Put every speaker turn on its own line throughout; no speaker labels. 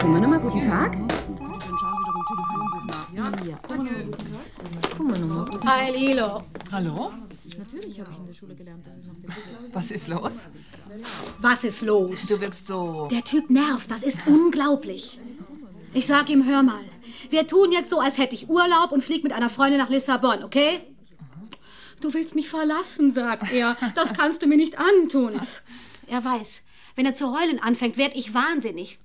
Können wir nochmal guten Tag?
Dann schauen Sie doch im Telefonbuch nach, ja?
Ja. Gucken wir nochmal.
Hi Lilo.
Hallo?
Natürlich habe ich in der Schule gelernt, dass es noch den
Was ist los?
Was ist los?
Du wirkst so.
Der Typ nervt, das ist unglaublich. Ich sag ihm, hör mal, wir tun jetzt so, als hätte ich Urlaub und flieg mit einer Freundin nach Lissabon, okay? Du willst mich verlassen, sagt er. Das kannst du mir nicht antun. Er weiß, wenn er zu heulen anfängt, werd ich wahnsinnig.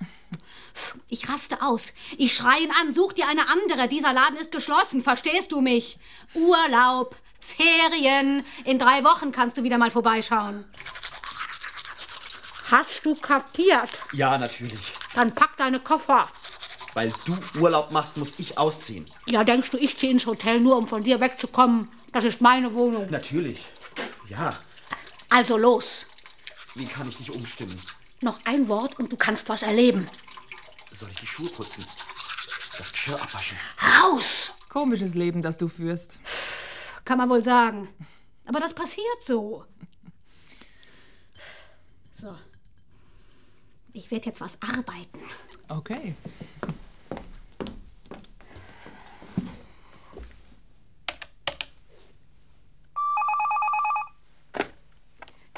Ich raste aus. Ich schreie ihn an, such dir eine andere. Dieser Laden ist geschlossen, verstehst du mich? Urlaub, Ferien. In drei Wochen kannst du wieder mal vorbeischauen. Hast du kapiert?
Ja, natürlich.
Dann pack deine Koffer.
Weil du Urlaub machst, muss ich ausziehen.
Ja, denkst du, ich ziehe ins Hotel nur, um von dir wegzukommen? Das ist meine Wohnung.
Natürlich. Ja,
Also los.
wie kann ich dich umstimmen?
Noch ein Wort und du kannst was erleben.
Soll ich die Schuhe putzen? Das Geschirr abwaschen?
Raus!
Komisches Leben, das du führst.
Kann man wohl sagen. Aber das passiert so. So. Ich werde jetzt was arbeiten.
Okay.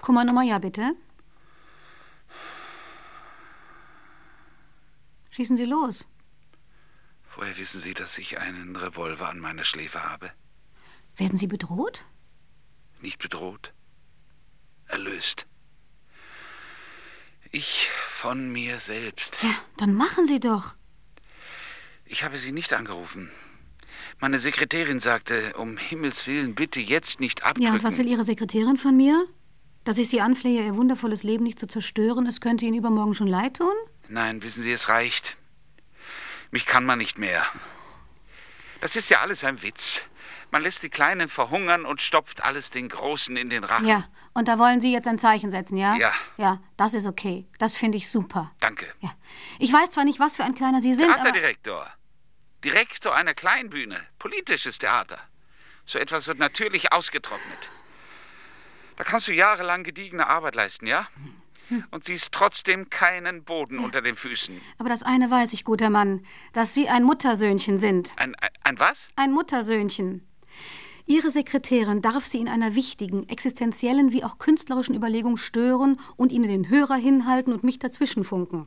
Kummernummer, ja, bitte. Schießen Sie los.
Woher wissen Sie, dass ich einen Revolver an meiner Schläfe habe?
Werden Sie bedroht?
Nicht bedroht? Erlöst? Ich von mir selbst.
Ja, dann machen Sie doch.
Ich habe Sie nicht angerufen. Meine Sekretärin sagte, um Himmels Willen, bitte jetzt nicht abdrücken.
Ja, und was will Ihre Sekretärin von mir? Dass ich Sie anflehe, Ihr wundervolles Leben nicht zu zerstören, es könnte Ihnen übermorgen schon leid tun?
Nein, wissen Sie, es reicht. Mich kann man nicht mehr. Das ist ja alles ein Witz. Man lässt die Kleinen verhungern und stopft alles den Großen in den Rachen.
Ja, und da wollen Sie jetzt ein Zeichen setzen, ja?
Ja.
Ja, das ist okay. Das finde ich super.
Danke.
Ja. Ich weiß zwar nicht, was für ein Kleiner Sie sind, aber...
Theaterdirektor. Direktor einer Kleinbühne. Politisches Theater. So etwas wird natürlich ausgetrocknet. Da kannst du jahrelang gediegene Arbeit leisten, ja? Und siehst trotzdem keinen Boden unter den Füßen.
Aber das eine weiß ich, guter Mann, dass Sie ein Muttersöhnchen sind.
Ein, ein, ein was?
Ein Muttersöhnchen. Ihre Sekretärin darf Sie in einer wichtigen, existenziellen wie auch künstlerischen Überlegung stören und Ihnen den Hörer hinhalten und mich dazwischenfunken.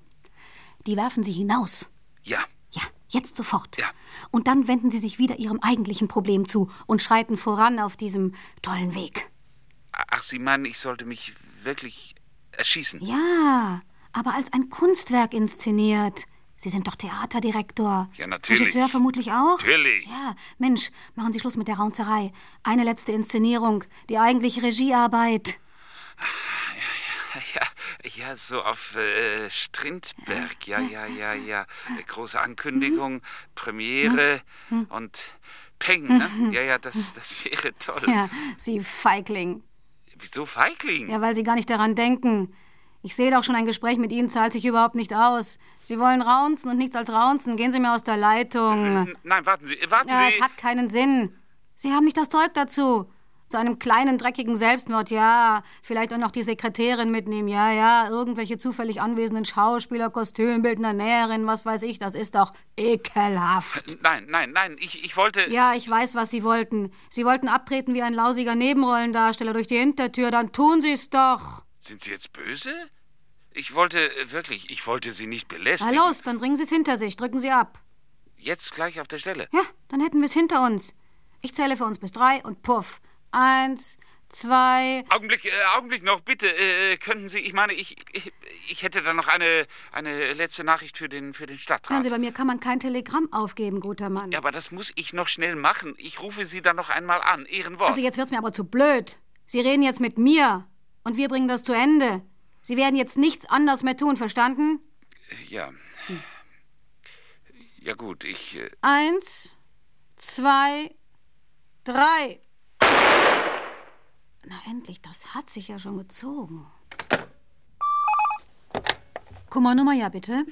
Die werfen Sie hinaus.
Ja.
Ja, jetzt sofort.
Ja.
Und dann wenden Sie sich wieder Ihrem eigentlichen Problem zu und schreiten voran auf diesem tollen Weg.
Ach, Sie meinen, ich sollte mich wirklich erschießen?
Ja, aber als ein Kunstwerk inszeniert. Sie sind doch Theaterdirektor.
Ja, natürlich.
Regisseur vermutlich auch?
Natürlich.
Ja, Mensch, machen Sie Schluss mit der Raunzerei. Eine letzte Inszenierung, die eigentliche Regiearbeit.
Ja, ja, so auf äh, Strindberg. Ja, ja, ja, ja. Äh, Große Ankündigung, Premiere
Hm.
und Peng, ne? Ja, ja, das, das wäre toll.
Ja, Sie Feigling.
Wieso Feigling?
Ja, weil Sie gar nicht daran denken. Ich sehe doch schon, ein Gespräch mit Ihnen zahlt sich überhaupt nicht aus. Sie wollen raunzen und nichts als raunzen. Gehen Sie mir aus der Leitung.
N- Nein, warten Sie, äh, warten
Ja,
Sie.
es hat keinen Sinn. Sie haben nicht das Zeug dazu. Zu einem kleinen, dreckigen Selbstmord, ja. Vielleicht auch noch die Sekretärin mitnehmen, ja, ja. Irgendwelche zufällig anwesenden Schauspieler, Kostümbildner, Näherin, was weiß ich. Das ist doch ekelhaft.
Äh, Nein, nein, nein, ich, ich wollte.
Ja, ich weiß, was Sie wollten. Sie wollten abtreten wie ein lausiger Nebenrollendarsteller durch die Hintertür. Dann tun Sie es doch.
Sind Sie jetzt böse? Ich wollte äh, wirklich, ich wollte Sie nicht
Na
belästigen.
los, dann bringen Sie es hinter sich. Drücken Sie ab.
Jetzt gleich auf der Stelle.
Ja, dann hätten wir es hinter uns. Ich zähle für uns bis drei und puff. Eins, zwei,
Augenblick, äh, Augenblick noch, bitte. Äh, könnten Sie, ich meine, ich, ich, ich hätte da noch eine, eine letzte Nachricht für den, für den
Hören
Stadtrat.
Sie, bei mir kann man kein Telegramm aufgeben, guter Mann.
Ja, aber das muss ich noch schnell machen. Ich rufe Sie dann noch einmal an. Ehrenwort.
Also jetzt wird's mir aber zu blöd. Sie reden jetzt mit mir und wir bringen das zu Ende. Sie werden jetzt nichts anders mehr tun, verstanden?
ja. Ja, gut, ich. Äh,
Eins, zwei, drei. Na endlich, das hat sich ja schon gezogen. Kummernummer, ja bitte.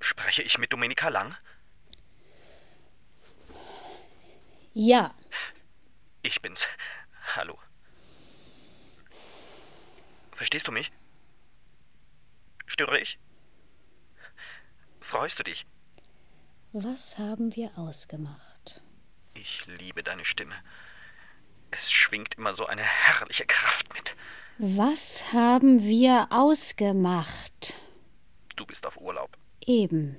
Spreche ich mit Dominika Lang?
Ja.
Ich bin's. Hallo. Verstehst du mich? Störe ich? Freut
Freust du dich?
Was haben wir ausgemacht?
Ich liebe deine Stimme. Es schwingt immer so eine herrliche Kraft mit.
Was haben wir ausgemacht?
Du bist auf Urlaub.
Eben.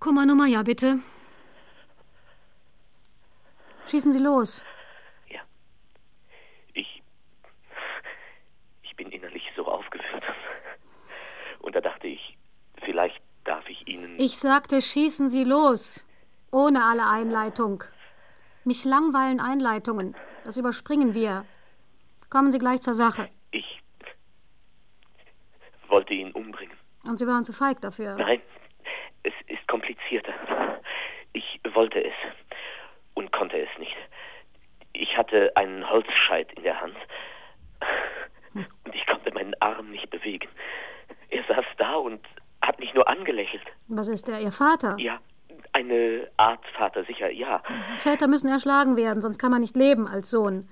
Kummernummer, ja, bitte. Schießen Sie los.
Ja. Ich. Ich bin innerlich so aufgewühlt. Und da dachte ich, vielleicht darf ich Ihnen.
Ich sagte, schießen Sie los. Ohne alle Einleitung. Mich langweilen Einleitungen. Das überspringen wir. Kommen Sie gleich zur Sache.
Ich. wollte ihn umbringen.
Und Sie waren zu feig dafür.
Nein, es ist komplizierter. Ich wollte es und konnte es nicht. Ich hatte einen Holzscheit in der Hand und ich konnte meinen Arm nicht bewegen. Er saß da und hat mich nur angelächelt.
Was ist er? Ihr Vater?
Ja, eine Art Vater, sicher, ja.
Väter müssen erschlagen werden, sonst kann man nicht leben als Sohn.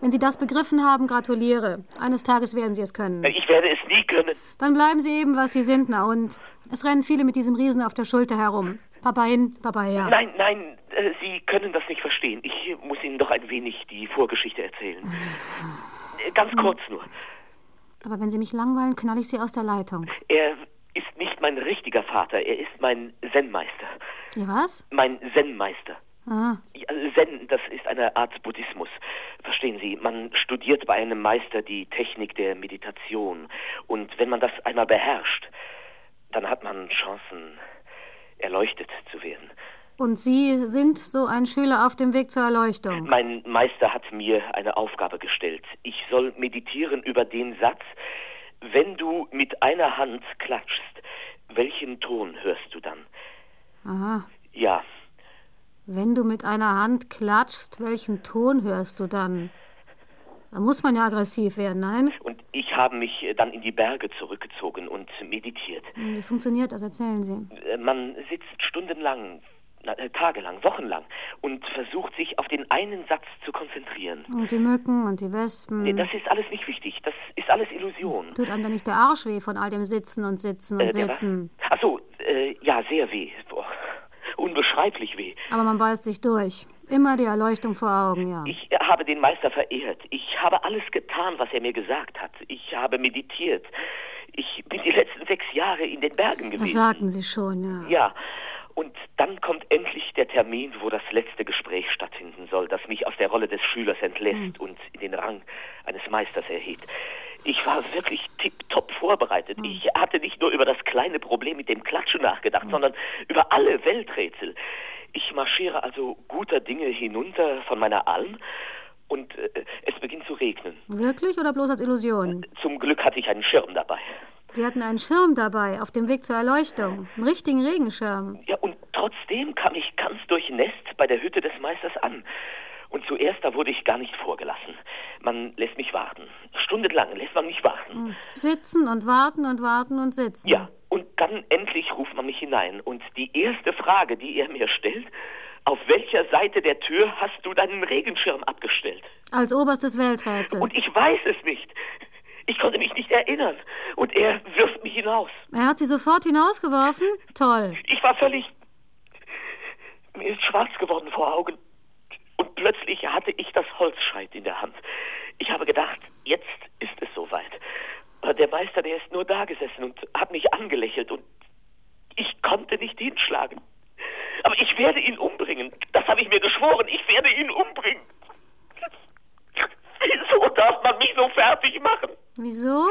Wenn Sie das begriffen haben, gratuliere. Eines Tages werden Sie es können.
Ich werde es nie können.
Dann bleiben Sie eben, was Sie sind, na und. Es rennen viele mit diesem Riesen auf der Schulter herum. Papa hin, Papa her.
Nein, nein, äh, Sie können das nicht verstehen. Ich muss Ihnen doch ein wenig die Vorgeschichte erzählen. Äh, Ganz kurz nur.
Aber wenn Sie mich langweilen, knall ich Sie aus der Leitung.
Er ist nicht mein richtiger Vater, er ist mein Zen-Meister.
Ihr was?
Mein Zen-Meister.
Ah,
Ja, Zen, das ist eine Art Buddhismus. Verstehen Sie, man studiert bei einem Meister die Technik der Meditation. Und wenn man das einmal beherrscht, dann hat man Chancen, erleuchtet zu werden.
und Sie sind so ein Schüler auf dem Weg zur Erleuchtung.
Mein Meister hat mir eine Aufgabe gestellt. Ich soll meditieren über den Satz, wenn du mit einer Hand klatschst, welchen Ton hörst du dann?
Aha.
Ja,
Wenn du mit einer Hand klatschst, welchen Ton hörst du dann? Da muss man ja aggressiv werden, nein?
und ich habe mich äh, dann in die Berge zurückgezogen und meditiert.
Wie funktioniert das? Erzählen Sie.
Äh, Man sitzt stundenlang, na, äh, tagelang, wochenlang und versucht sich auf den einen Satz zu konzentrieren.
Und die Mücken und die Wespen.
Nee, Das ist alles nicht wichtig, das ist alles Illusion.
Tut einem da nicht der Arsch weh von all dem Sitzen und Sitzen und
Äh, der was?
Sitzen.
Ach so, äh, ja, sehr weh. Boah, unbeschreiblich weh.
Aber man beißt sich durch. Immer die Erleuchtung vor Augen, ja.
Ich habe den Meister verehrt. Ich habe alles getan, was er mir gesagt hat. Ich habe meditiert. Ich bin die letzten sechs Jahre in den Bergen
Das
gewesen.
sagten Sie schon, ja.
Ja. Und dann kommt endlich der Termin, wo das letzte Gespräch stattfinden soll, das mich aus der Rolle des Schülers entlässt und in den Rang eines Meisters erhebt. Ich war wirklich tipptopp vorbereitet. Ich hatte nicht nur über das kleine Problem mit dem Klatschen nachgedacht, sondern über alle Welträtsel. Ich marschiere also guter Dinge hinunter von meiner Alm und äh, es beginnt zu regnen.
Wirklich oder bloß als Illusion?
Zum Glück hatte ich einen Schirm dabei.
Sie hatten einen Schirm dabei, auf dem Weg zur Erleuchtung. Einen richtigen Regenschirm.
Ja, und trotzdem kam ich ganz durchnässt bei der Hütte des Meisters an. Und zuerst, da wurde ich gar nicht vorgelassen. Man lässt mich warten. Stundenlang lässt man mich warten.
Hm. Sitzen und warten und warten und sitzen.
Ja, und dann endlich ruft man mich hinein. Und die erste Frage, die er mir stellt, auf welcher Seite der Tür hast du deinen Regenschirm abgestellt?
Als oberstes Welträtsel.
Und ich weiß es nicht. Ich konnte mich nicht erinnern. Und er wirft mich hinaus.
Er hat sie sofort hinausgeworfen? Toll.
Ich war völlig. Mir ist schwarz geworden vor Augen. Und plötzlich hatte ich das Holzscheit in der Hand. Ich habe gedacht, jetzt ist es soweit. Aber der Meister, der ist nur da gesessen und hat mich angelächelt und ich konnte nicht hinschlagen. Aber ich werde ihn umbringen. Das habe ich mir geschworen. Ich werde ihn umbringen. Wieso darf man mich so fertig machen?
Wieso?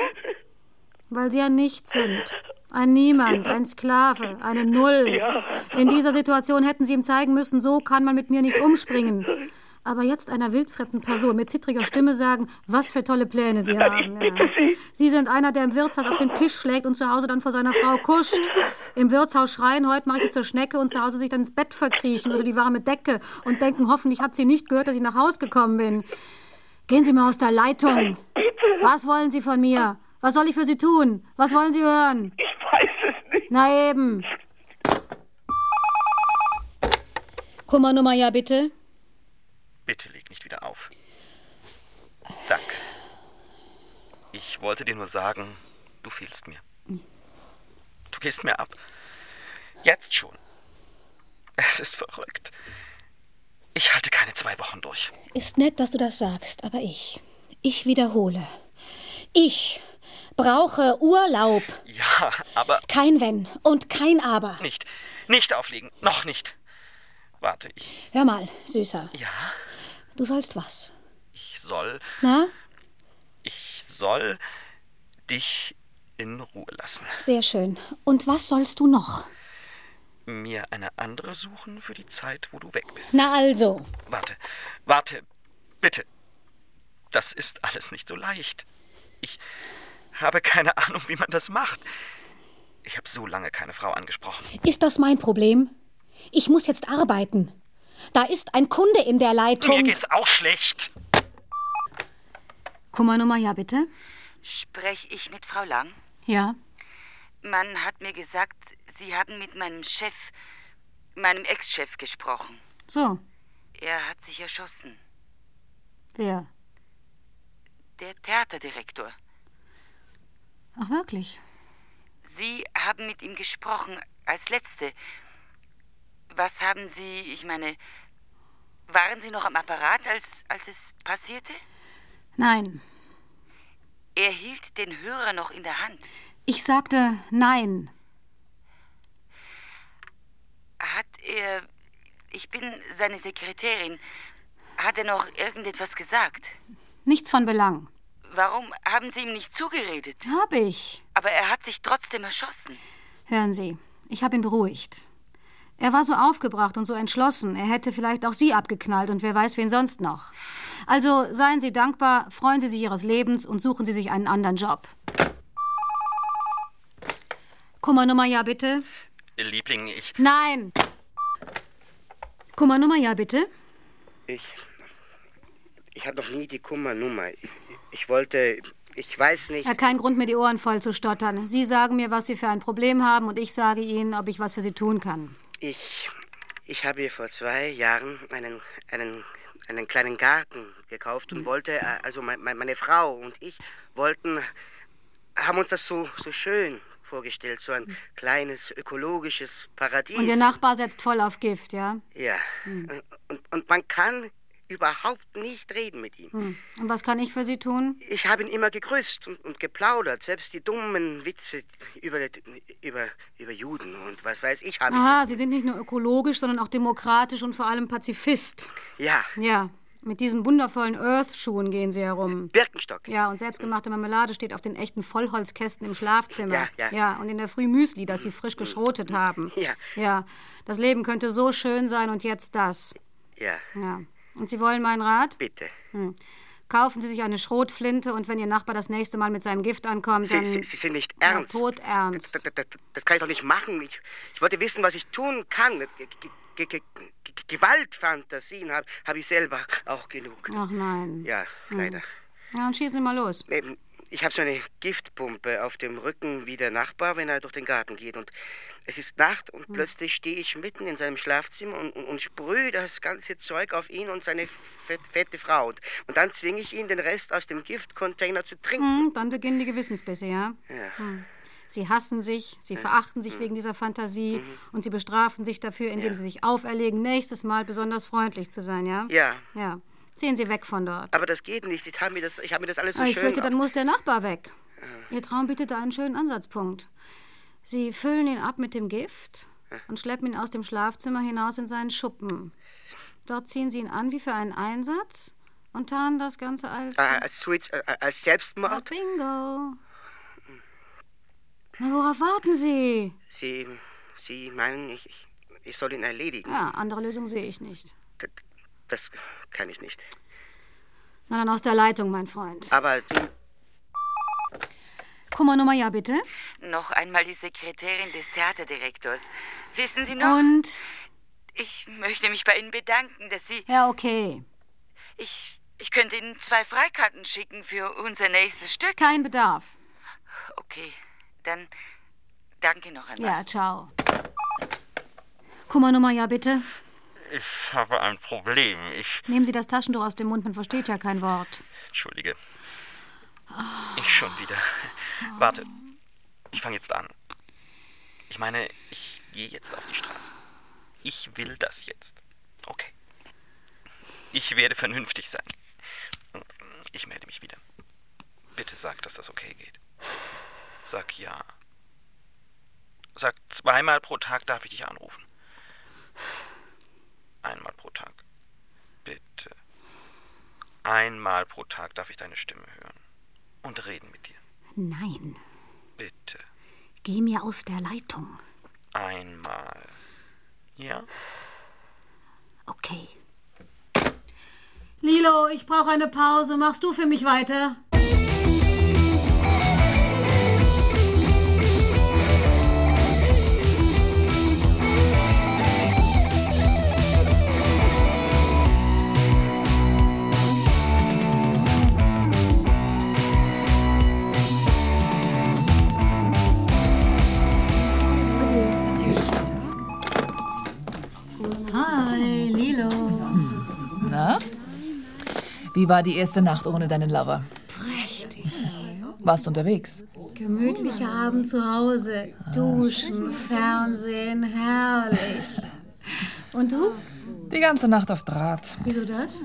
Weil sie ein Nichts sind. Ein Niemand, ein Sklave, eine Null.
Ja.
In dieser Situation hätten sie ihm zeigen müssen, so kann man mit mir nicht umspringen. Aber jetzt einer wildfremden Person mit zittriger Stimme sagen, was für tolle Pläne sie haben. Ja. Sie sind einer, der im Wirtshaus auf den Tisch schlägt und zu Hause dann vor seiner Frau kuscht. Im Wirtshaus schreien, heute mache ich sie zur Schnecke und zu Hause sich dann ins Bett verkriechen unter die warme Decke und denken, hoffentlich hat sie nicht gehört, dass ich nach Haus gekommen bin. Gehen Sie mal aus der Leitung. Was wollen Sie von mir? Was soll ich für Sie tun? Was wollen Sie hören?
Ich weiß es nicht.
Na eben.
Kummernummer, ja, bitte.
Bitte leg nicht wieder auf. Danke. Ich wollte dir nur sagen, du fehlst mir. Du gehst mir ab. Jetzt schon. Es ist verrückt. Ich halte keine zwei Wochen durch.
Ist nett, dass du das sagst, aber ich, ich wiederhole. Ich brauche Urlaub.
Ja, aber
Kein Wenn und kein Aber.
nicht. Nicht auflegen. Noch nicht. Warte, ich.
Hör mal, Süßer,
Ja,
du sollst was.
ich soll.
Na,
Ich soll dich in Ruhe lassen.
sehr schön. Und was sollst du noch?
Mir eine andere suchen für die Zeit, wo du weg bist.
Na also,
Warte, warte, bitte. Das ist alles nicht so leicht. Ich habe keine Ahnung, wie man das macht. Ich habe so lange keine Frau angesprochen.
ist das mein Problem? Ich muss jetzt arbeiten. Da ist ein Kunde in der
Mir
Leitung.
geht's auch schlecht.
Kummernummer, ja bitte?
Spreche ich mit Frau Lang?
Ja.
Man hat mir gesagt, Sie haben mit meinem Chef, meinem Ex-Chef gesprochen.
So,
Er hat sich erschossen.
wer?
Der Theaterdirektor.
Ach wirklich?
Sie haben mit ihm gesprochen, als Letzte. Was haben Sie, ich meine, waren Sie noch am Apparat, als, als es passierte?
Nein.
Er hielt den Hörer noch in der Hand.
Ich sagte nein.
Hat er, ich bin seine Sekretärin, hat er noch irgendetwas gesagt?
Nichts von Belang.
Warum haben Sie ihm nicht zugeredet?
Hab ich.
Aber er hat sich trotzdem erschossen.
Hören Sie, ich habe ihn beruhigt. Er war so aufgebracht und so entschlossen, er hätte vielleicht auch Sie abgeknallt und wer weiß wen sonst noch. Also seien Sie dankbar, freuen Sie sich Ihres Lebens und suchen Sie sich einen anderen Job. Kummernummer, ja bitte?
Liebling, ich.
Nein! Kummernummer, ja bitte?
Ich. Ich habe noch nie die Kummernummer. Ich, ich wollte. Ich weiß nicht.
Ja, kein Grund, mir die Ohren voll zu stottern. Sie sagen mir, was Sie für ein Problem haben und ich sage Ihnen, ob ich was für Sie tun kann.
Ich. Ich habe hier vor zwei Jahren einen. einen einen kleinen Garten gekauft
Hm.
und wollte, äh, also mein, mein- meine Frau und ich wollten, haben uns das so, so schön vorgestellt, so ein kleines ökologisches Paradies.
Hm. Und Ihr Nachbar setzt voll auf Gift, ja?
Ja,
Hm.
und, und man kann überhaupt nicht reden mit ihm.
Hm. Und was kann ich für Sie tun?
Ich habe ihn immer gegrüßt und, und geplaudert, selbst die dummen Witze über, über, über Juden und was weiß ich habe
Aha, Sie sind nicht nur ökologisch, sondern auch demokratisch und vor allem Pazifist.
ich. Ja,
Ja, mit diesen wundervollen Earth-Schuhen gehen Sie herum.
Birkenstock.
Ja, und selbstgemachte Marmelade steht auf den echten Vollholzkästen im Schlafzimmer.
Ja, ja.
ja und in der Früh Müsli, das Sie frisch geschrotet haben.
Ja.
Ja, das Leben könnte so schön sein und jetzt das.
Ja,
Ja. Und Sie wollen meinen Rat?
bitte.
Hm. Kaufen Sie sich eine Schrotflinte und wenn Ihr Nachbar das nächste Mal mit seinem Gift ankommt,
Sie,
dann.
Sie, Sie sind nicht
Ja,
ernst.
tot ernst.
Das, das, das kann ich doch nicht machen. Ich, ich wollte wissen, was ich tun kann. Ge- ge- ge- ge- ge- Gewaltfantasien habe habe ich selber auch genug.
Ach nein.
Ja,
Hm.
leider.
Ja, dann schießen Sie mal los.
Ähm, Ich habe so eine Giftpumpe auf dem Rücken wie der Nachbar, wenn er durch den Garten geht. Und es ist Nacht und
Hm.
plötzlich stehe ich mitten in seinem Schlafzimmer und, und, und sprühe das ganze Zeug auf ihn und seine fett, fette Frau. Und, und dann zwinge ich ihn, den Rest aus dem Giftcontainer zu trinken.
Hm, dann beginnen die Gewissensbisse, ja?
Ja.
Hm. Sie hassen sich, sie
Ja.
verachten sich wegen dieser Fantasie und sie bestrafen sich dafür, indem
Ja.
sie sich auferlegen, nächstes Mal besonders freundlich zu sein, ja?
Ja,
Ja. Ziehen Sie weg von dort.
aber das geht nicht. Ich habe mir, das- ich hab mir das alles so
Aber Ah, ich
schön...
fürchte, dann
auf-
muss der Nachbar weg. Ihr Traum bietet da einen schönen Ansatzpunkt. Sie füllen ihn ab mit dem Gift und schleppen ihn aus dem Schlafzimmer hinaus in seinen Schuppen. Dort ziehen sie ihn an wie für einen Einsatz und tarnen das Ganze als...
Äh, als, Suiz, äh, als
Ah,
Selbstmord.
bingo. Na, worauf warten Sie?
Sie, Sie meinen, ich, ich- ich soll ihn erledigen.
Ja, andere Lösung sehe ich nicht.
Das, das kann ich nicht.
Na dann aus der Leitung, mein Freund.
Aber Sie,
Kummernummer, ja bitte.
Noch einmal die Sekretärin des Theaterdirektors. Wissen Sie noch?
Und?
Ich möchte mich bei Ihnen bedanken, dass Sie.
Ja, okay.
Ich, ich könnte Ihnen zwei Freikarten schicken für unser nächstes Stück.
Kein Bedarf.
Okay, dann danke noch einmal.
Ja, ciao. Kummernummer, ja bitte.
Ich habe ein Problem. Ich.
Nehmen Sie das Taschentuch aus dem Mund, man versteht ja kein Wort.
Entschuldige. Ich schon wieder. Warte. Ich fange jetzt an. Ich meine, ich Geh jetzt auf die Straße. Ich will das jetzt. Okay. Ich werde vernünftig sein. Ich melde mich wieder. Bitte sag, dass das okay geht. Sag ja. Sag zweimal pro Tag darf ich dich anrufen. Einmal pro Tag. Bitte. Einmal pro Tag darf ich deine Stimme hören. Und reden mit dir.
Nein,
Bitte.
geh mir aus der Leitung.
Einmal. Ja?
Okay.
Lilo, ich brauche eine Pause. Machst du für mich weiter? Hm. Hi, Lilo.
Na? Wie war die erste Nacht ohne deinen Lover?
Prächtig.
Warst du unterwegs?
Gemütlicher Abend zu Hause. Duschen, Fernsehen, herrlich. Und du?
Die ganze Nacht auf Draht.
Wieso das?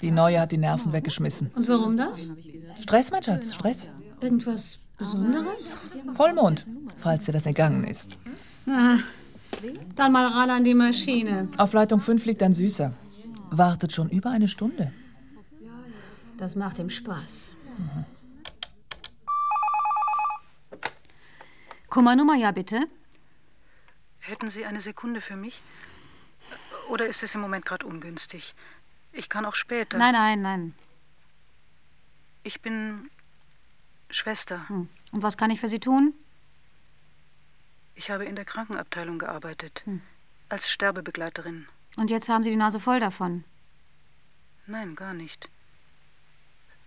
Die Neue hat die Nerven weggeschmissen.
Und warum das?
Stress, mein Schatz, Stress.
Irgendwas Besonderes?
Vollmond, falls dir das entgangen ist.
Ah, dann mal ran an die Maschine.
Auf Leitung 5 liegt ein Süßer. Wartet schon über eine Stunde.
Das macht ihm Spaß.
Mhm.
Kummernummer, ja bitte.
Hätten Sie eine Sekunde für mich? Oder ist es im Moment gerade ungünstig? Ich kann auch später.
Nein, nein, nein.
Ich bin Schwester.
Hm. Und was kann ich für Sie tun?
Ich habe in der Krankenabteilung gearbeitet.
Hm.
Als Sterbebegleiterin.
Und jetzt haben Sie die Nase voll davon.
Nein, gar nicht.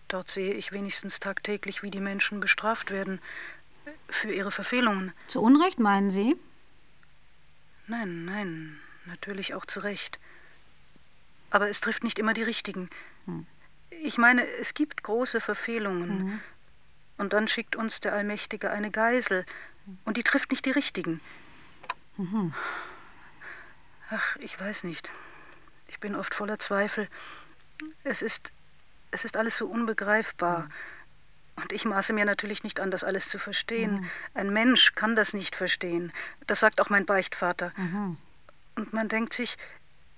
Dort sehe ich wenigstens tagtäglich, wie die Menschen bestraft werden für ihre Verfehlungen.
Zu Unrecht, meinen Sie?
Nein, nein, natürlich auch zu Recht. Aber es trifft nicht immer die Richtigen.
Hm.
Ich meine, es gibt große Verfehlungen. Und dann schickt uns der Allmächtige eine Geisel. Und die trifft nicht die Richtigen.
Mhm.
Ach, ich weiß nicht. Ich bin oft voller Zweifel. Es ist, es ist alles so unbegreifbar. Und ich maße mir natürlich nicht an, das alles zu verstehen.
Mhm.
Ein Mensch kann das nicht verstehen. Das sagt auch mein Beichtvater.
Mhm.
Und man denkt sich,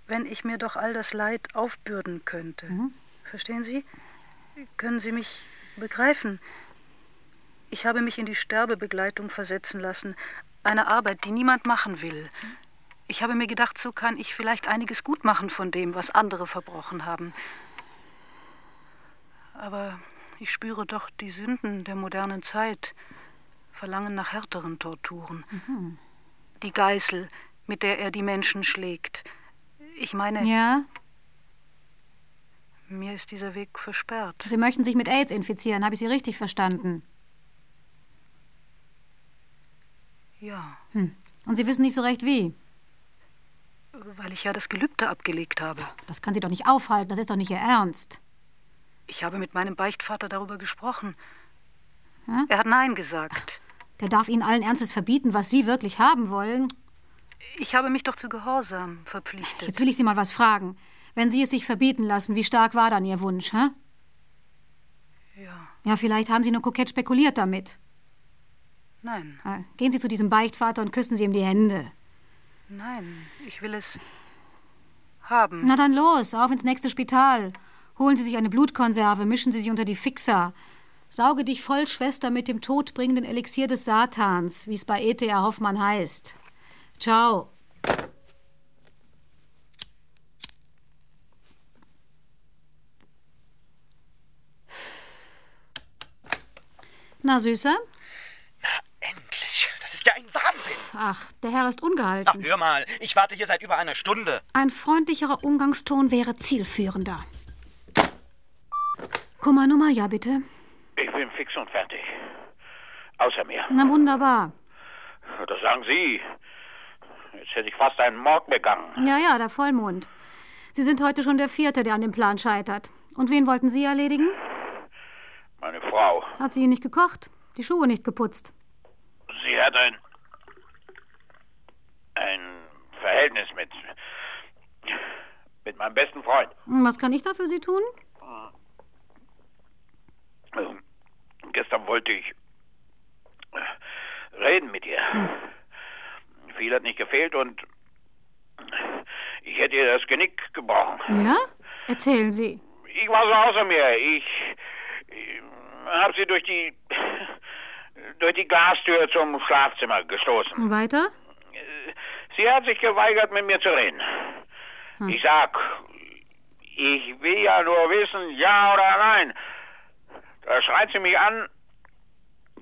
wenn ich mir doch all das Leid aufbürden könnte.
Mhm.
Verstehen Sie? Können Sie mich begreifen? Ich habe mich in die Sterbebegleitung versetzen lassen. Eine Arbeit, die niemand machen will. Ich habe mir gedacht, so kann ich vielleicht einiges gut machen von dem, was andere verbrochen haben. Aber ich spüre doch die Sünden der modernen Zeit, Verlangen nach härteren Torturen.
Mhm.
Die Geißel, mit der er die Menschen schlägt. Ich meine,
Ja?
mir ist dieser Weg versperrt.
Sie möchten sich mit AIDS infizieren, habe ich Sie richtig verstanden?
Ja,
Hm. Und Sie wissen nicht so recht wie.
weil ich ja das Gelübde abgelegt habe.
Das kann Sie doch nicht aufhalten, das ist doch nicht Ihr Ernst.
Ich habe mit meinem Beichtvater darüber gesprochen.
Hm?
Er hat Nein gesagt.
Der darf Ihnen allen Ernstes verbieten, was Sie wirklich haben wollen.
Ich habe mich doch zu Gehorsam verpflichtet.
Jetzt will ich Sie mal was fragen. Wenn Sie es sich verbieten lassen, wie stark war dann Ihr Wunsch, hä?
Ja,
Ja, vielleicht haben Sie nur kokett spekuliert damit.
nein,
Ah, Gehen Sie zu diesem Beichtvater und küssen Sie ihm die Hände.
nein, ich will es haben.
Na dann los, auf ins nächste Spital. Holen Sie sich eine Blutkonserve, mischen Sie sich unter die Fixer. Sauge dich voll, Schwester, mit dem todbringenden Elixier des Satans, wie es bei E.T.A. Hoffmann heißt. Ciao. Na, Süßer?
Endlich. Das ist ja ein Wahnsinn.
Ach, der Herr ist
Ach,
ungehalten.
Ah, hör mal. Ich warte hier seit über einer Stunde.
Ein freundlicherer Umgangston wäre zielführender. Kummernummer, ja bitte.
Ich bin fix und fertig. Außer mir.
Na wunderbar.
Das sagen Sie. Jetzt hätte ich fast einen Mord begangen.
Ja, ja, der Vollmond. Sie sind heute schon der Vierte, der an dem Plan scheitert. Und wen wollten Sie erledigen?
Meine Frau,
Hat sie ihn nicht gekocht? Die Schuhe nicht geputzt?
sie hat ein... meinem besten Freund.
Hm, Was kann ich da für Sie tun?
Ähm, gestern wollte ich reden mit ihr. Viel hat nicht gefehlt und ich hätte ihr das Genick gebrochen.
Ja? Erzählen Sie.
Ich war so außer mir. Ich, habe sie durch die durch die Glastür zum Schlafzimmer gestoßen.
Und weiter?
Sie hat sich geweigert, mit mir zu reden. Ich sag, ich will ja nur wissen, ja oder nein. Da schreit sie mich an.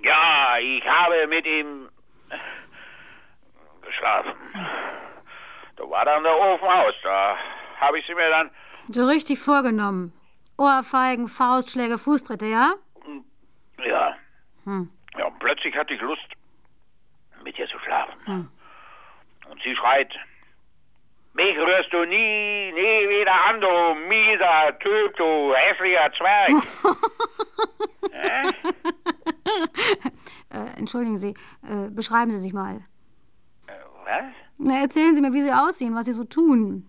Ja, ich habe mit ihm geschlafen. Da war dann der Ofen aus. Da habe ich sie mir dann
So richtig vorgenommen. Ohrfeigen, Faustschläge, Fußtritte, ja?
Ja.
Hm.
Ja, und plötzlich hatte ich Lust, mit ihr zu schlafen.
Ah.
Hm.
Und sie schreit, mich rührst du nie, nie wieder an, du mieser Typ, du hässlicher Zwerg.
Äh, entschuldigen Sie, äh, beschreiben Sie sich mal.
Was?
Na, erzählen Sie mir, wie Sie aussehen, was Sie so tun.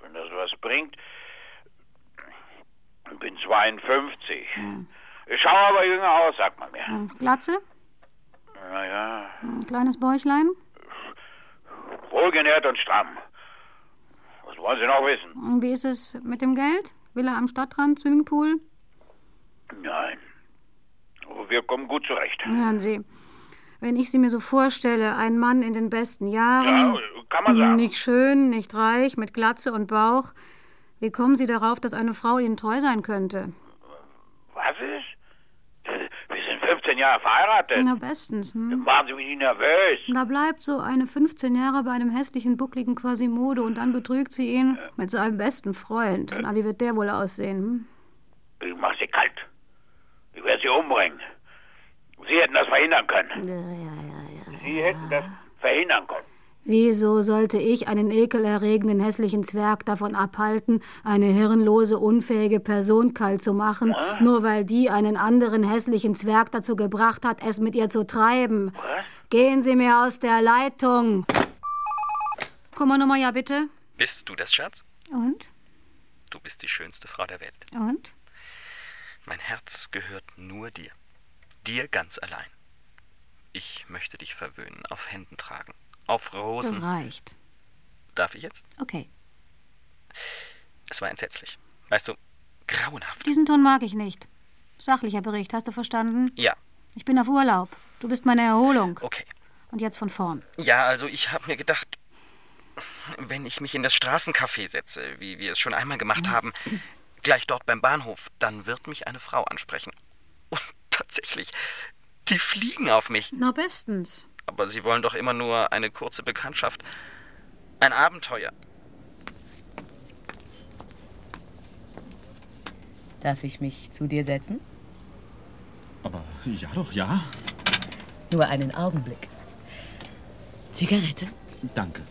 Wenn das was bringt. Ich bin 52. Ich schaue aber jünger aus, sagt man mir.
Hm, Glatze,
Naja,
ein kleines Bäuchlein.
wohlgenährt und stramm. Was wollen Sie noch wissen?
Hm, Wie ist es mit dem Geld? Villa am Stadtrand, Swimmingpool?
Nein. Aber wir kommen gut zurecht.
Hören Sie, wenn ich Sie mir so vorstelle, ein Mann in den besten Jahren,
Ja, kann man sagen.
nicht schön, nicht reich, mit Glatze und Bauch, wie kommen Sie darauf, dass eine Frau Ihnen treu sein könnte?
Was ist? Wir sind 15 Jahre verheiratet.
Na bestens, hm?
Machen Sie mich nicht nervös.
Da bleibt so eine 15 Jahre bei einem hässlichen, buckligen Quasimodo und dann betrügt sie ihn mit seinem besten
Äh.
Freund. Na, wie wird der wohl aussehen? Hm?
Ich mache Sie kalt. Ich werde Sie umbringen. Sie hätten das verhindern können. Sie hätten das verhindern können.
Wieso sollte ich einen ekelerregenden, hässlichen Zwerg davon abhalten, eine hirnlose, unfähige Person kalt zu machen, nur weil die einen anderen hässlichen Zwerg dazu gebracht hat, es mit ihr zu treiben? Gehen Sie mir aus der Leitung! Kummernummer, ja bitte.
Bist du das, Schatz?
Und?
Du bist die schönste Frau der Welt.
Und?
Mein Herz gehört nur dir. Dir ganz allein. Ich möchte dich verwöhnen, auf Händen tragen, auf Rosen.
Das reicht.
Darf ich jetzt?
Okay.
Es war entsetzlich. Weißt du, grauenhaft.
Diesen Ton mag ich nicht. Sachlicher Bericht, hast du verstanden?
Ja,
Ich bin auf Urlaub. Du bist meine Erholung.
Okay.
Und jetzt von vorn.
Ja, also ich habe mir gedacht, wenn ich mich in das Straßencafé setze, wie wir es schon einmal gemacht haben, gleich dort beim Bahnhof, dann wird mich eine Frau ansprechen. Und tatsächlich, die fliegen auf mich.
Na bestens.
Aber sie wollen doch immer nur eine kurze Bekanntschaft. Ein Abenteuer.
Darf ich mich zu dir setzen?
Aber ja doch, ja.
Nur einen Augenblick. Zigarette?
Danke.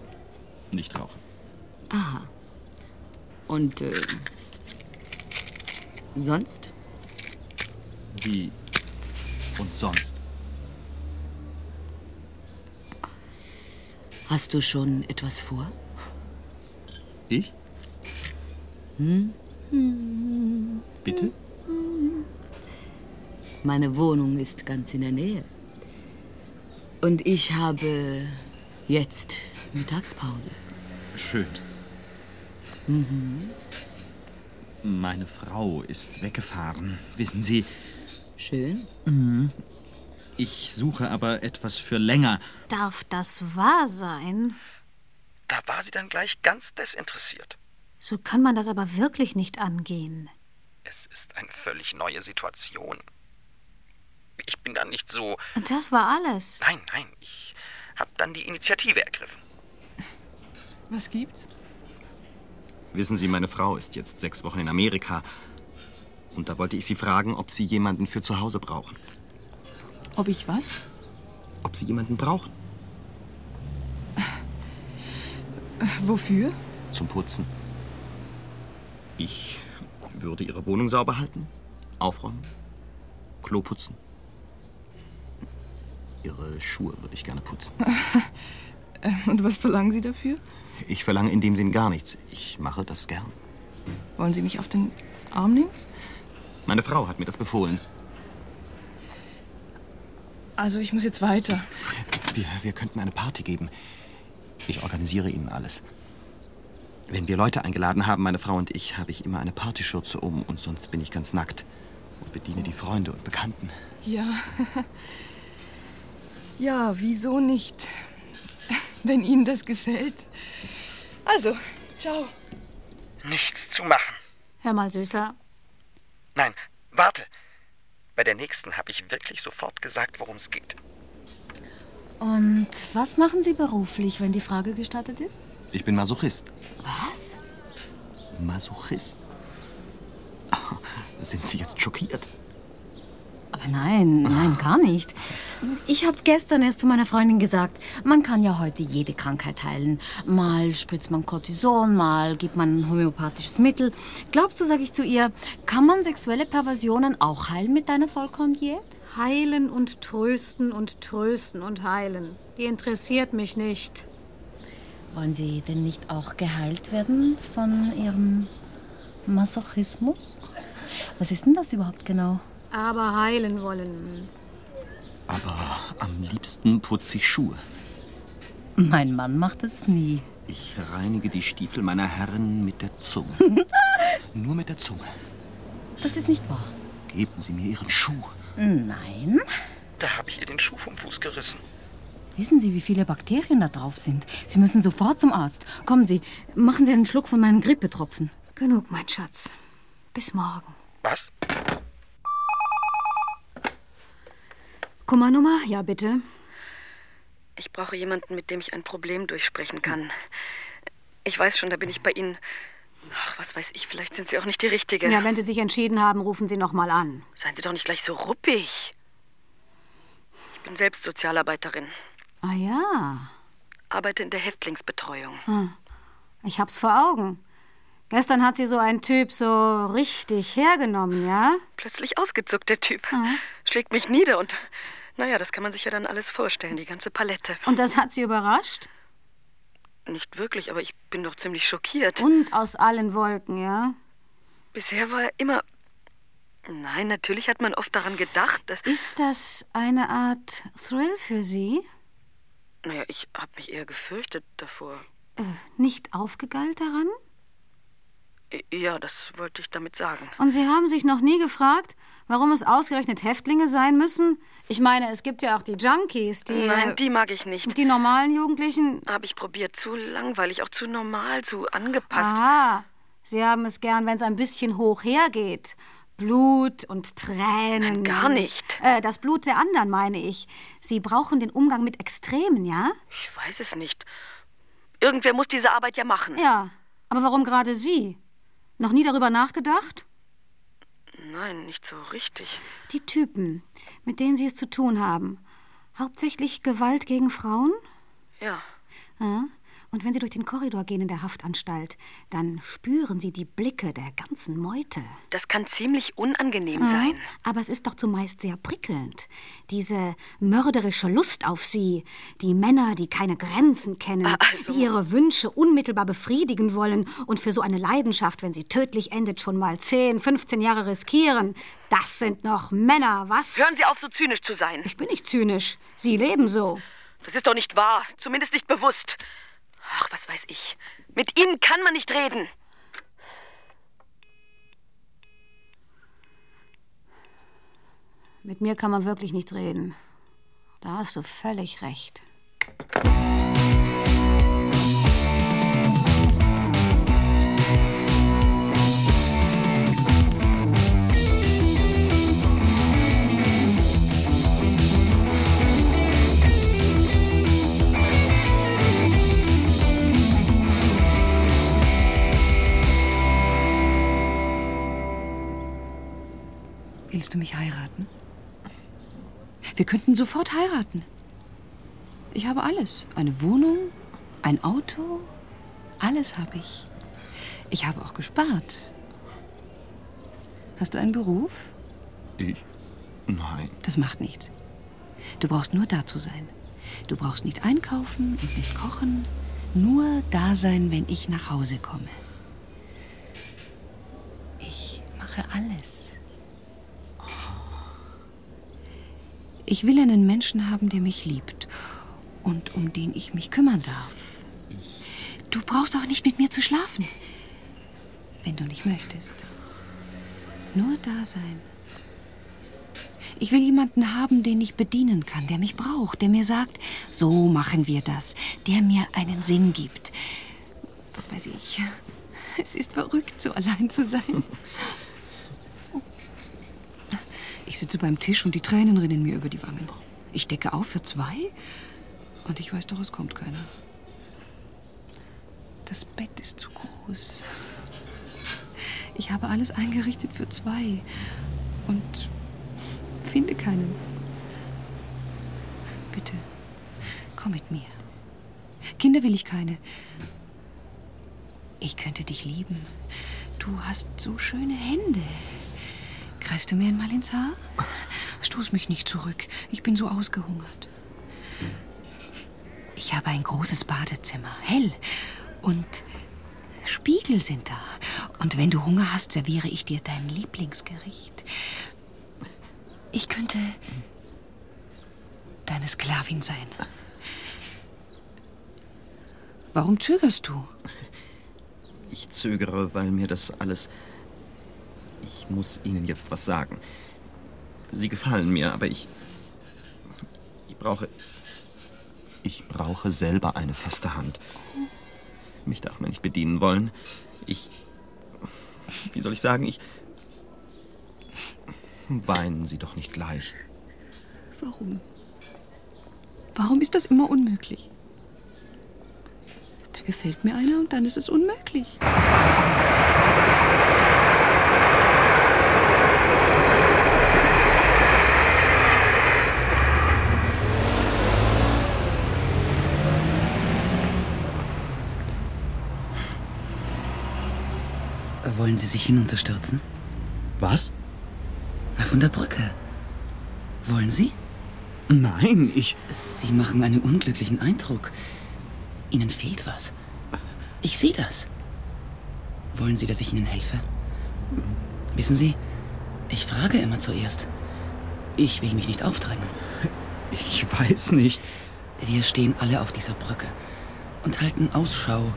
Nicht rauchen.
Aha. Und äh, sonst?
Wie und sonst?
Hast du schon etwas vor?
Ich?
Hm?
Bitte?
Meine Wohnung ist ganz in der Nähe. Und ich habe jetzt Mittagspause.
Schön.
Mhm.
Meine Frau ist weggefahren, wissen Sie.
Schön.
Mhm. Ich suche aber etwas für länger.
Darf das wahr sein?
Da war sie dann gleich ganz desinteressiert.
So kann man das aber wirklich nicht angehen.
Es ist eine völlig neue Situation. Ich bin dann nicht so.
Und das war alles.
Nein, nein, ich habe dann die Initiative ergriffen.
Was gibt's?
Wissen Sie, meine Frau ist jetzt sechs Wochen in Amerika. Und da wollte ich Sie fragen, ob Sie jemanden für zu Hause brauchen.
Ob ich was?
Ob Sie jemanden brauchen.
Wofür?
Zum Putzen. Ich würde Ihre Wohnung sauber halten, aufräumen, Klo putzen. Ihre Schuhe würde ich gerne putzen.
Und was verlangen Sie dafür?
Ich verlange in dem Sinn gar nichts. Ich mache das gern.
Wollen Sie mich auf den Arm nehmen?
Meine Frau hat mir das befohlen.
Also ich muss jetzt weiter.
Wir, wir könnten eine Party geben. Ich organisiere Ihnen alles. Wenn wir Leute eingeladen haben, meine Frau und ich, habe ich immer eine Partyschürze um und sonst bin ich ganz nackt und bediene die Freunde und Bekannten.
Ja. Ja, wieso nicht? Wenn Ihnen das gefällt. Also, ciao.
Nichts zu machen.
Hör mal, Süßer.
Nein, warte. Bei der nächsten habe ich wirklich sofort gesagt, worum es geht.
Und was machen Sie beruflich, wenn die Frage gestattet ist?
Ich bin Masochist.
Was?
Masochist? Ah, Sind Sie jetzt schockiert?
Aber nein, nein, gar nicht. Ich habe gestern erst zu meiner Freundin gesagt, man kann ja heute jede Krankheit heilen. Mal spritzt man Cortison, mal gibt man ein homöopathisches Mittel. Glaubst du, sage ich zu ihr, kann man sexuelle Perversionen auch heilen mit deiner Vollkorndiät?
Heilen und trösten und trösten und heilen.
Die interessiert mich nicht.
Wollen Sie denn nicht auch geheilt werden von Ihrem Masochismus? Was ist denn das überhaupt genau?
Aber heilen wollen.
Aber am liebsten putze ich Schuhe.
Mein Mann macht es nie.
Ich reinige die Stiefel meiner Herren mit der Zunge. Nur mit der Zunge.
Das ist nicht wahr.
Geben Sie mir Ihren Schuh.
Nein.
Da habe ich ihr den Schuh vom Fuß gerissen.
Wissen Sie, wie viele Bakterien da drauf sind? Sie müssen sofort zum Arzt. Kommen Sie, machen Sie einen Schluck von meinen Grippetropfen.
Genug, mein Schatz. Bis morgen.
Was?
Kummernummer? Ja, bitte.
Ich brauche jemanden, mit dem ich ein Problem durchsprechen kann. Ich weiß schon, da bin ich bei Ihnen. Ach, was weiß ich, vielleicht sind Sie auch nicht die Richtige.
Ja, wenn Sie sich entschieden haben, rufen Sie nochmal an.
Seien Sie doch nicht gleich so ruppig. Ich bin selbst Sozialarbeiterin,
Ah ja.
arbeite in der Häftlingsbetreuung.
Hm. Ich hab's vor Augen. Gestern hat sie so ein Typ so richtig hergenommen, ja?
Plötzlich ausgezuckt, der Typ.
Ah.
Schlägt mich nieder und. Naja, das kann man sich ja dann alles vorstellen, die ganze Palette.
Und das hat sie überrascht?
Nicht wirklich, aber ich bin doch ziemlich schockiert.
Und aus allen Wolken, ja?
Bisher war er immer. Nein, natürlich hat man oft daran gedacht, dass.
Ist das eine Art Thrill für Sie?
Naja, ich habe mich eher gefürchtet davor.
Äh, nicht aufgegeilt daran?
I- Ja, das wollte ich damit sagen.
Und Sie haben sich noch nie gefragt, warum es ausgerechnet Häftlinge sein müssen? Ich meine, es gibt ja auch die Junkies, die.
Nein, die mag ich nicht.
Die normalen Jugendlichen.
Habe ich probiert. Zu langweilig, auch zu normal, zu angepasst.
Aha, Sie haben es gern, wenn es ein bisschen hoch hergeht. Blut und Tränen.
Nein, gar nicht.
Äh, das Blut der anderen, meine ich. Sie brauchen den Umgang mit Extremen, ja?
Ich weiß es nicht. Irgendwer muss diese Arbeit ja machen.
Ja. Aber warum gerade Sie? Noch nie darüber nachgedacht?
Nein, nicht so richtig.
Die Typen, mit denen Sie es zu tun haben. Hauptsächlich Gewalt gegen Frauen?
Ja.
Ja. Hm? Und wenn Sie durch den Korridor gehen in der Haftanstalt, dann spüren Sie die Blicke der ganzen Meute.
Das kann ziemlich unangenehm
Ja,
sein.
Aber es ist doch zumeist sehr prickelnd. Diese mörderische Lust auf sie, die Männer, die keine Grenzen kennen,
Ah, also.
die ihre Wünsche unmittelbar befriedigen wollen und für so eine Leidenschaft, wenn sie tödlich endet, schon mal 10, 15 Jahre riskieren. Das sind noch Männer, was?
Hören Sie auf, so zynisch zu sein.
Ich bin nicht zynisch. Sie leben so.
Das ist doch nicht wahr. Zumindest nicht bewusst. Ach, was weiß ich. Mit Ihnen kann man nicht reden.
Mit mir kann man wirklich nicht reden. Da hast du völlig recht.
Willst du mich heiraten? Wir könnten sofort heiraten. Ich habe alles. Eine Wohnung, ein Auto, alles habe ich. Ich habe auch gespart. Hast du einen Beruf?
Ich? Nein.
Das macht nichts. Du brauchst nur da zu sein. Du brauchst nicht einkaufen und nicht kochen. wird nur da sein, wenn ich nach Hause komme. Ich mache alles. Oh. Ich will einen Menschen haben, der mich liebt und um den ich mich kümmern darf. Du brauchst auch nicht mit mir zu schlafen, wenn du nicht möchtest. Nur da sein. Ich will jemanden haben, den ich bedienen kann, der mich braucht, der mir sagt, so machen wir das, der mir einen Sinn gibt. Was weiß ich. Es ist verrückt, so allein zu sein. Ich sitze beim Tisch und die Tränen rinnen mir über die Wangen. Ich decke auf für zwei und ich weiß doch, es kommt keiner. Das Bett ist zu groß. Ich habe alles eingerichtet für zwei und finde keinen. Bitte, komm mit mir. Kinder will ich keine. Ich könnte dich lieben. Du hast so schöne Hände. Greifst du mir einmal ins Haar? Stoß mich nicht zurück. Ich bin so ausgehungert. Ich habe ein großes Badezimmer, hell. Und Spiegel sind da. Und wenn du Hunger hast, serviere ich dir dein Lieblingsgericht. Ich könnte deine Sklavin sein. Warum zögerst du?
Ich zögere, weil mir das alles. Ich muss Ihnen jetzt was sagen. Sie gefallen mir, aber ich. Ich brauche. Ich brauche selber eine feste Hand. Mich darf man nicht bedienen wollen. Ich. Wie soll ich sagen? Ich. Weinen Sie doch nicht gleich.
Warum? Warum ist das immer unmöglich? Da gefällt mir einer und dann ist es unmöglich.
Wollen Sie sich hinunterstürzen?
Was?
Na, von der Brücke. Wollen Sie?
Nein, ich.
Sie machen einen unglücklichen Eindruck. Ihnen fehlt was. Ich sehe das. Wollen Sie, dass ich Ihnen helfe? Wissen Sie, ich frage immer zuerst. Ich will mich nicht aufdrängen.
Ich weiß nicht.
Wir stehen alle auf dieser Brücke und halten Ausschau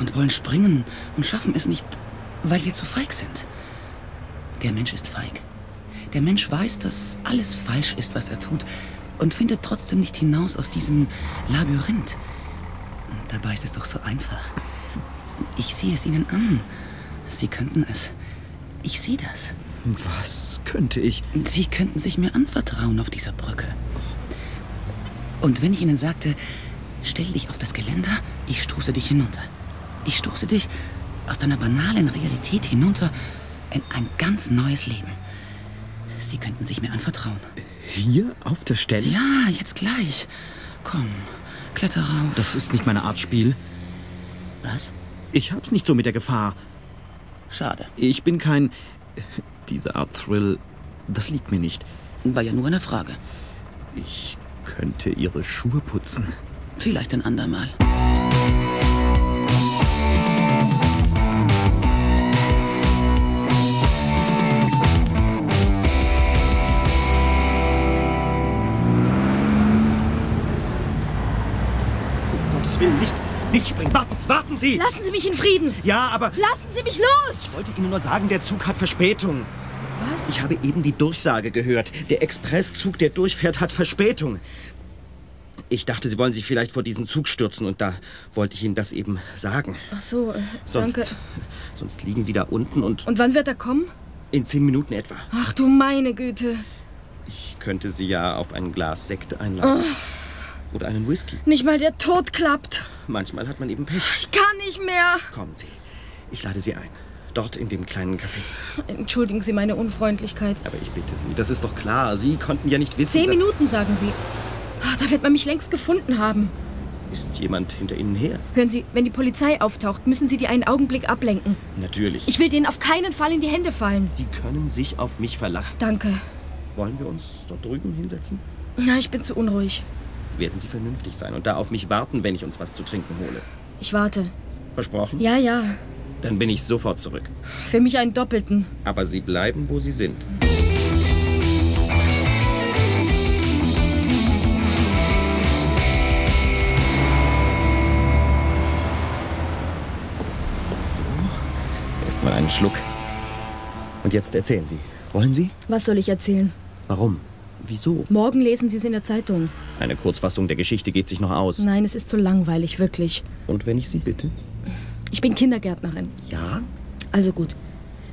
und wollen springen und schaffen es nicht, weil wir zu feig sind. Der Mensch ist feig. Der Mensch weiß, dass alles falsch ist, was er tut, und findet trotzdem nicht hinaus aus diesem Labyrinth. Und dabei ist es doch so einfach. Ich sehe es Ihnen an. Sie könnten es. Ich sehe das.
Was könnte ich?
Sie könnten sich mir anvertrauen auf dieser Brücke. Und wenn ich Ihnen sagte, stell dich auf das Geländer, ich stoße dich hinunter. Ich stoße dich aus deiner banalen Realität hinunter in ein ganz neues Leben. Sie könnten sich mir anvertrauen.
Hier auf der Stelle?
Ja, jetzt gleich. Komm, kletter rauf.
Das ist nicht meine Art Spiel.
Was?
Ich hab's nicht so mit der Gefahr.
Schade.
Ich bin kein. Diese Art Thrill, das liegt mir nicht.
War ja nur eine Frage.
Ich könnte Ihre Schuhe putzen.
Vielleicht ein andermal.
Um Gottes Willen, nicht, nicht springen. Warten Sie, warten Sie!
Lassen Sie mich in Frieden!
Ja, aber
Lassen Sie mich los!
ich wollte Ihnen nur sagen, der Zug hat Verspätung.
Was?
Ich habe eben die Durchsage gehört. Der Expresszug, der durchfährt, hat Verspätung. Ich dachte, Sie wollen sich vielleicht vor diesen Zug stürzen und da wollte ich Ihnen das eben sagen.
Ach so, äh,
Sonst,
danke.
sonst liegen Sie da unten und
Und wann wird er kommen?
in zehn Minuten etwa.
Ach du meine Güte.
Ich könnte Sie ja auf ein Glas Sekt einladen.
Ah.
Oder einen Whisky.
Oh, Nicht mal der Tod klappt.
Manchmal hat man eben Pech.
Ich kann nicht mehr.
Kommen Sie. Ich lade Sie ein. Dort in dem kleinen Café.
Entschuldigen Sie meine Unfreundlichkeit.
Aber ich bitte Sie, das ist doch klar. Sie konnten ja nicht wissen.
Zehn
dass-
Minuten, sagen Sie. Ach, Ah, da wird man mich längst gefunden haben.
Ist jemand hinter Ihnen her?
Hören Sie, wenn die Polizei auftaucht, müssen Sie die einen Augenblick ablenken.
Natürlich.
Ich will denen auf keinen Fall in die Hände fallen.
Sie können sich auf mich verlassen.
Danke.
Wollen wir uns dort drüben hinsetzen?
Na, ich bin zu unruhig.
Werden Sie vernünftig sein und da auf mich warten, wenn ich uns was zu trinken hole.
Ich warte.
Versprochen?
Ja, ja.
Dann bin ich sofort zurück.
Für mich einen doppelten.
Aber Sie bleiben, wo Sie sind. So, erstmal einen Schluck. Und jetzt erzählen Sie. Wollen Sie?
Was soll ich erzählen?
Warum? Wieso?
Morgen lesen Sie es in der Zeitung.
Eine Kurzfassung der Geschichte geht sich noch aus.
Nein, es ist zu langweilig, wirklich.
Und wenn ich Sie bitte?
Ich bin Kindergärtnerin.
Ja?
Also gut.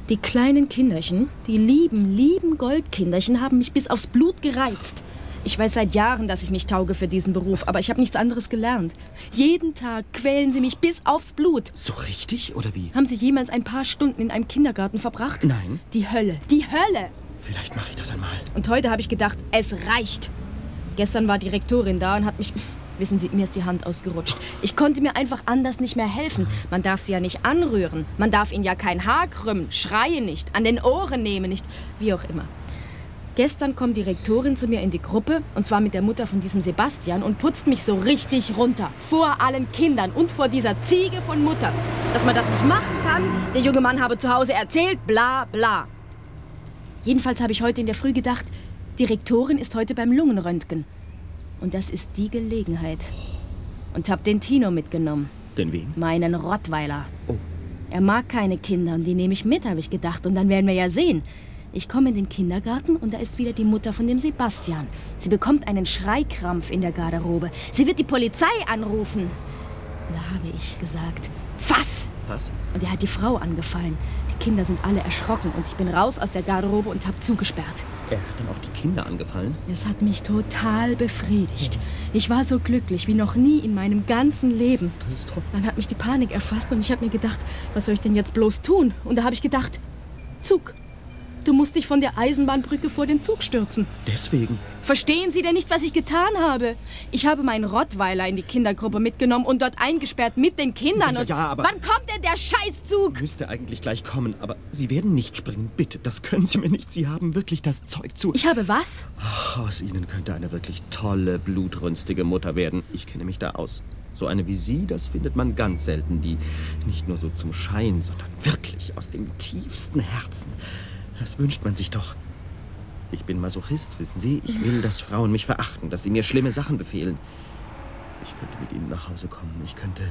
Die kleinen Kinderchen, die lieben, lieben Goldkinderchen, haben mich bis aufs Blut gereizt. Ich weiß seit Jahren, dass ich nicht tauge für diesen Beruf, aber ich habe nichts anderes gelernt. Jeden Tag quälen sie mich bis aufs Blut.
So richtig oder wie?
Haben Sie jemals ein paar Stunden in einem Kindergarten verbracht?
Nein.
Die Hölle, die Hölle!
Hm. Vielleicht mache ich das einmal.
Und heute habe ich gedacht, es reicht. Gestern war die Rektorin da und hat mich. Wissen Sie, mir ist die Hand ausgerutscht. Ich konnte mir einfach anders nicht mehr helfen. Man darf sie ja nicht anrühren. Man darf ihnen ja kein Haar krümmen. Schreie nicht. An den Ohren nehmen nicht. Wie auch immer. Gestern kommt die Rektorin zu mir in die Gruppe, und zwar mit der Mutter von diesem Sebastian, und putzt mich so richtig runter. Vor allen Kindern und vor dieser Ziege von Mutter. Dass man das nicht machen kann, der junge Mann habe zu Hause erzählt, bla bla. Jedenfalls habe ich heute in der Früh gedacht, die Rektorin ist heute beim Lungenröntgen. Und das ist die Gelegenheit. Und habe den Tino mitgenommen,
Denn wen?
meinen Rottweiler. Er mag keine Kinder und die nehme ich mit, habe ich gedacht. Und dann werden wir ja sehen. Ich komme in den Kindergarten und da ist wieder die Mutter von dem Sebastian. Sie bekommt einen Schreikrampf in der Garderobe. Sie wird die Polizei anrufen. Da habe ich gesagt, fass!
Was?
Und er hat die Frau angefallen. Die Kinder sind alle erschrocken und ich bin raus aus der Garderobe und habe zugesperrt.
Er hat dann auch die Kinder angefallen?
Es hat mich total befriedigt. Ich war so glücklich wie noch nie in meinem ganzen Leben.
Das ist toll.
Dann hat mich die Panik erfasst und ich habe mir gedacht, was soll ich denn jetzt bloß tun? Und da habe ich gedacht, Zug. Du musst dich von der Eisenbahnbrücke vor den Zug stürzen.
Deswegen.
Verstehen Sie denn nicht, was ich getan habe? Ich habe meinen Rottweiler in die Kindergruppe mitgenommen und dort eingesperrt mit den Kindern.
Ja,
und
ja, aber-
wann kommt denn der Scheißzug?
Müsste eigentlich gleich kommen, aber Sie werden nicht springen. Bitte, das können Sie mir nicht. Sie haben wirklich das Zeug zu.
Ich habe was?
Ach, aus Ihnen könnte eine wirklich tolle, blutrünstige Mutter werden. Ich kenne mich da aus. So eine wie Sie, das findet man ganz selten, die nicht nur so zum Schein, sondern wirklich aus dem tiefsten Herzen. Das wünscht man sich doch. Ich bin Masochist, wissen Sie. Ich will, dass Frauen mich verachten, dass sie mir schlimme Sachen befehlen. Ich könnte mit Ihnen nach Hause kommen. Ich könnte.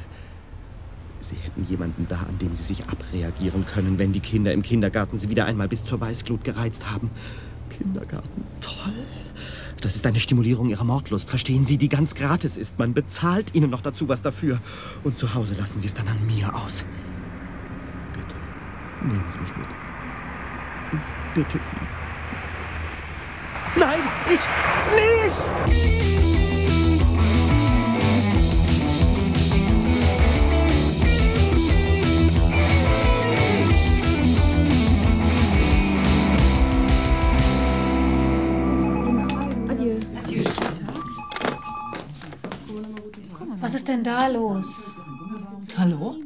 Sie hätten jemanden da, an dem Sie sich abreagieren können, wenn die Kinder im Kindergarten Sie wieder einmal bis zur Weißglut gereizt haben. Kindergarten, toll. Das ist eine Stimulierung Ihrer Mordlust, verstehen Sie, die ganz gratis ist. Man bezahlt Ihnen noch dazu was dafür. Und zu Hause lassen Sie es dann an mir aus. Bitte, nehmen Sie mich mit. Ich bitte Sie. Nein, ich nicht!
Adieu.
Was ist denn da los?
Hallo?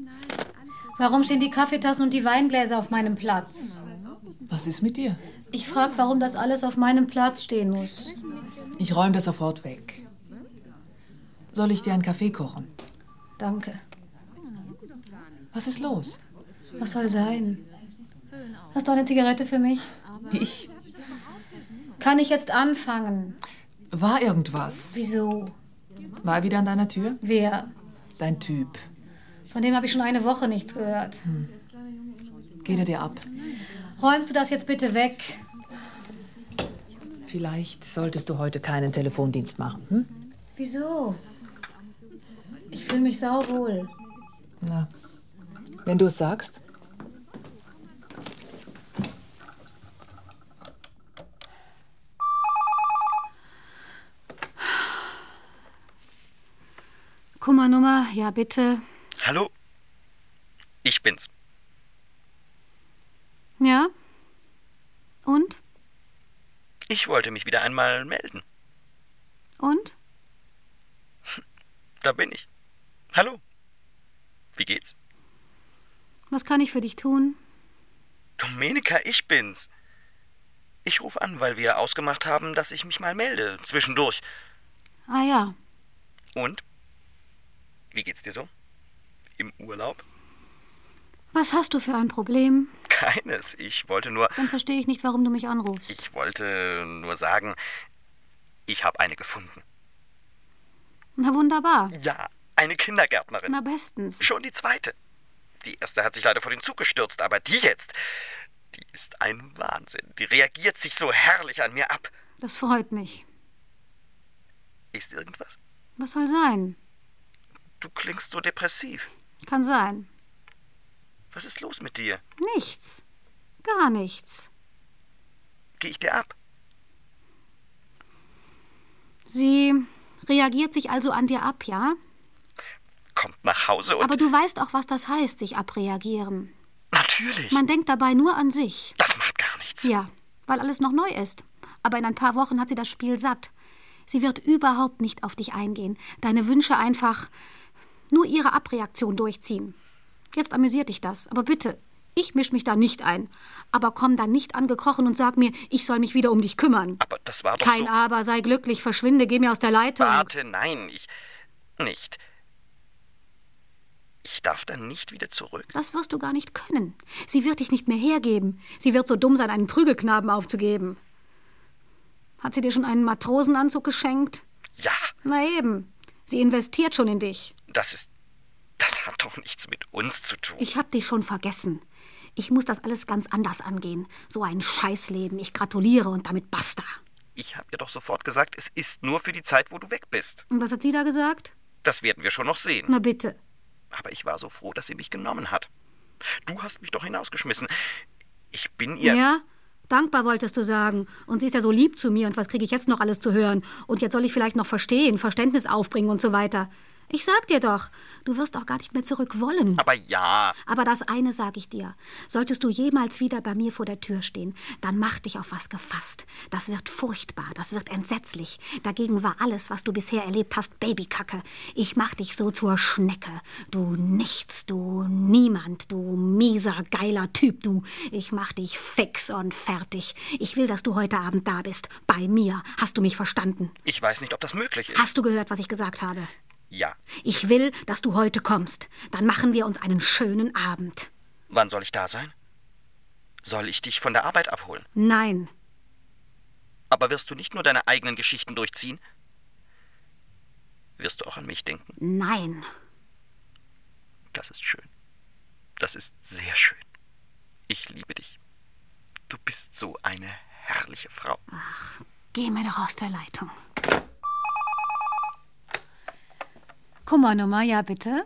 Warum stehen die Kaffeetassen und die Weingläser auf meinem Platz?
Was ist mit dir?
Ich frage, warum das alles auf meinem Platz stehen muss.
Ich räume das sofort weg. Soll ich dir einen Kaffee kochen?
Danke.
Was ist los?
Was soll sein? Hast du eine Zigarette für mich?
Ich?
Kann ich jetzt anfangen?
War irgendwas?
Wieso?
War er wieder an deiner Tür?
Wer?
Dein Typ.
Von dem habe ich schon eine Woche nichts gehört.
Geht er dir ab?
Räumst du das jetzt bitte weg?
Vielleicht solltest du heute keinen Telefondienst machen. Hm?
Wieso? Ich fühle mich sauwohl.
Na, wenn du es sagst.
Kummernummer, ja bitte.
Hallo? Ich bin's.
Ja? Und?
Ich wollte mich wieder einmal melden.
Und?
Da bin ich. Hallo? Wie geht's?
Was kann ich für dich tun?
Domenica, ich bin's. Ich rufe an, weil wir ausgemacht haben, dass ich mich mal melde, zwischendurch.
Ah ja,
Und? Wie geht's dir so? im Urlaub?
Was hast du für ein Problem?
Keines. Ich wollte nur.
Dann verstehe ich nicht, warum du mich anrufst.
Ich wollte nur sagen, ich habe eine gefunden.
Na wunderbar.
Ja, eine Kindergärtnerin.
Na bestens.
Schon die zweite. Die erste hat sich leider vor den Zug gestürzt, aber die jetzt, die ist ein Wahnsinn. Die reagiert sich so herrlich an mir ab.
Das freut mich.
Ist irgendwas?
Was soll sein?
Du klingst so depressiv.
Kann sein.
Was ist los mit dir?
Nichts. Gar nichts.
Gehe ich dir ab?
Sie reagiert sich also an dir ab, ja?
Kommt nach Hause und.
Aber du weißt auch, was das heißt, sich abreagieren.
Natürlich.
Man denkt dabei nur an sich.
Das macht gar nichts.
Ja, weil alles noch neu ist. Aber in ein paar Wochen hat sie das Spiel satt. Sie wird überhaupt nicht auf dich eingehen. Deine Wünsche einfach nur ihre Abreaktion durchziehen. Jetzt amüsiert dich das, aber bitte, ich misch mich da nicht ein. Aber komm dann nicht angekrochen und sag mir, ich soll mich wieder um dich kümmern.
Aber das war doch
Kein
so.
Aber, sei glücklich, verschwinde, geh mir aus der Leitung.
Warte, nein, ich. Nicht. Ich darf dann nicht wieder zurück.
Das wirst du gar nicht können. Sie wird dich nicht mehr hergeben. Sie wird so dumm sein, einen Prügelknaben aufzugeben. Hat sie dir schon einen Matrosenanzug geschenkt?
Ja,
Na eben. Sie investiert schon in dich.
das ist. Das hat doch nichts mit uns zu tun.
Ich hab dich schon vergessen. Ich muss das alles ganz anders angehen. So ein Scheißleben. Ich gratuliere und damit basta.
Ich habe ihr doch sofort gesagt, es ist nur für die Zeit, wo du weg bist.
Und was hat sie da gesagt?
Das werden wir schon noch sehen.
Na bitte.
Aber ich war so froh, dass sie mich genommen hat. Du hast mich doch hinausgeschmissen. Ich bin ihr.
Ja. Dankbar wolltest du sagen. Und sie ist ja so lieb zu mir. Und was kriege ich jetzt noch alles zu hören? Und jetzt soll ich vielleicht noch verstehen, Verständnis aufbringen und so weiter. Ich sag dir doch, du wirst auch gar nicht mehr zurück wollen.
Aber ja.
Aber das eine sage ich dir. Solltest du jemals wieder bei mir vor der Tür stehen, dann mach dich auf was gefasst. Das wird furchtbar, das wird entsetzlich. Dagegen war alles, was du bisher erlebt hast, Babykacke. Ich mach dich so zur Schnecke. Du Nichts, du Niemand, du mieser, geiler Typ, du. Ich mach dich fix und fertig. Ich will, dass du heute Abend da bist. Bei mir. Hast du mich verstanden?
Ich weiß nicht, ob das möglich ist.
Hast du gehört, was ich gesagt habe?
Ja.
Ich will, dass du heute kommst. Dann machen wir uns einen schönen Abend.
Wann soll ich da sein? Soll ich dich von der Arbeit abholen?
Nein,
Aber wirst du nicht nur deine eigenen Geschichten durchziehen? Wirst du auch an mich denken?
nein.
Das ist schön. Das ist sehr schön. Ich liebe dich. Du bist so eine herrliche Frau.
Geh mir doch aus der Leitung.
Kummernummer, ja bitte.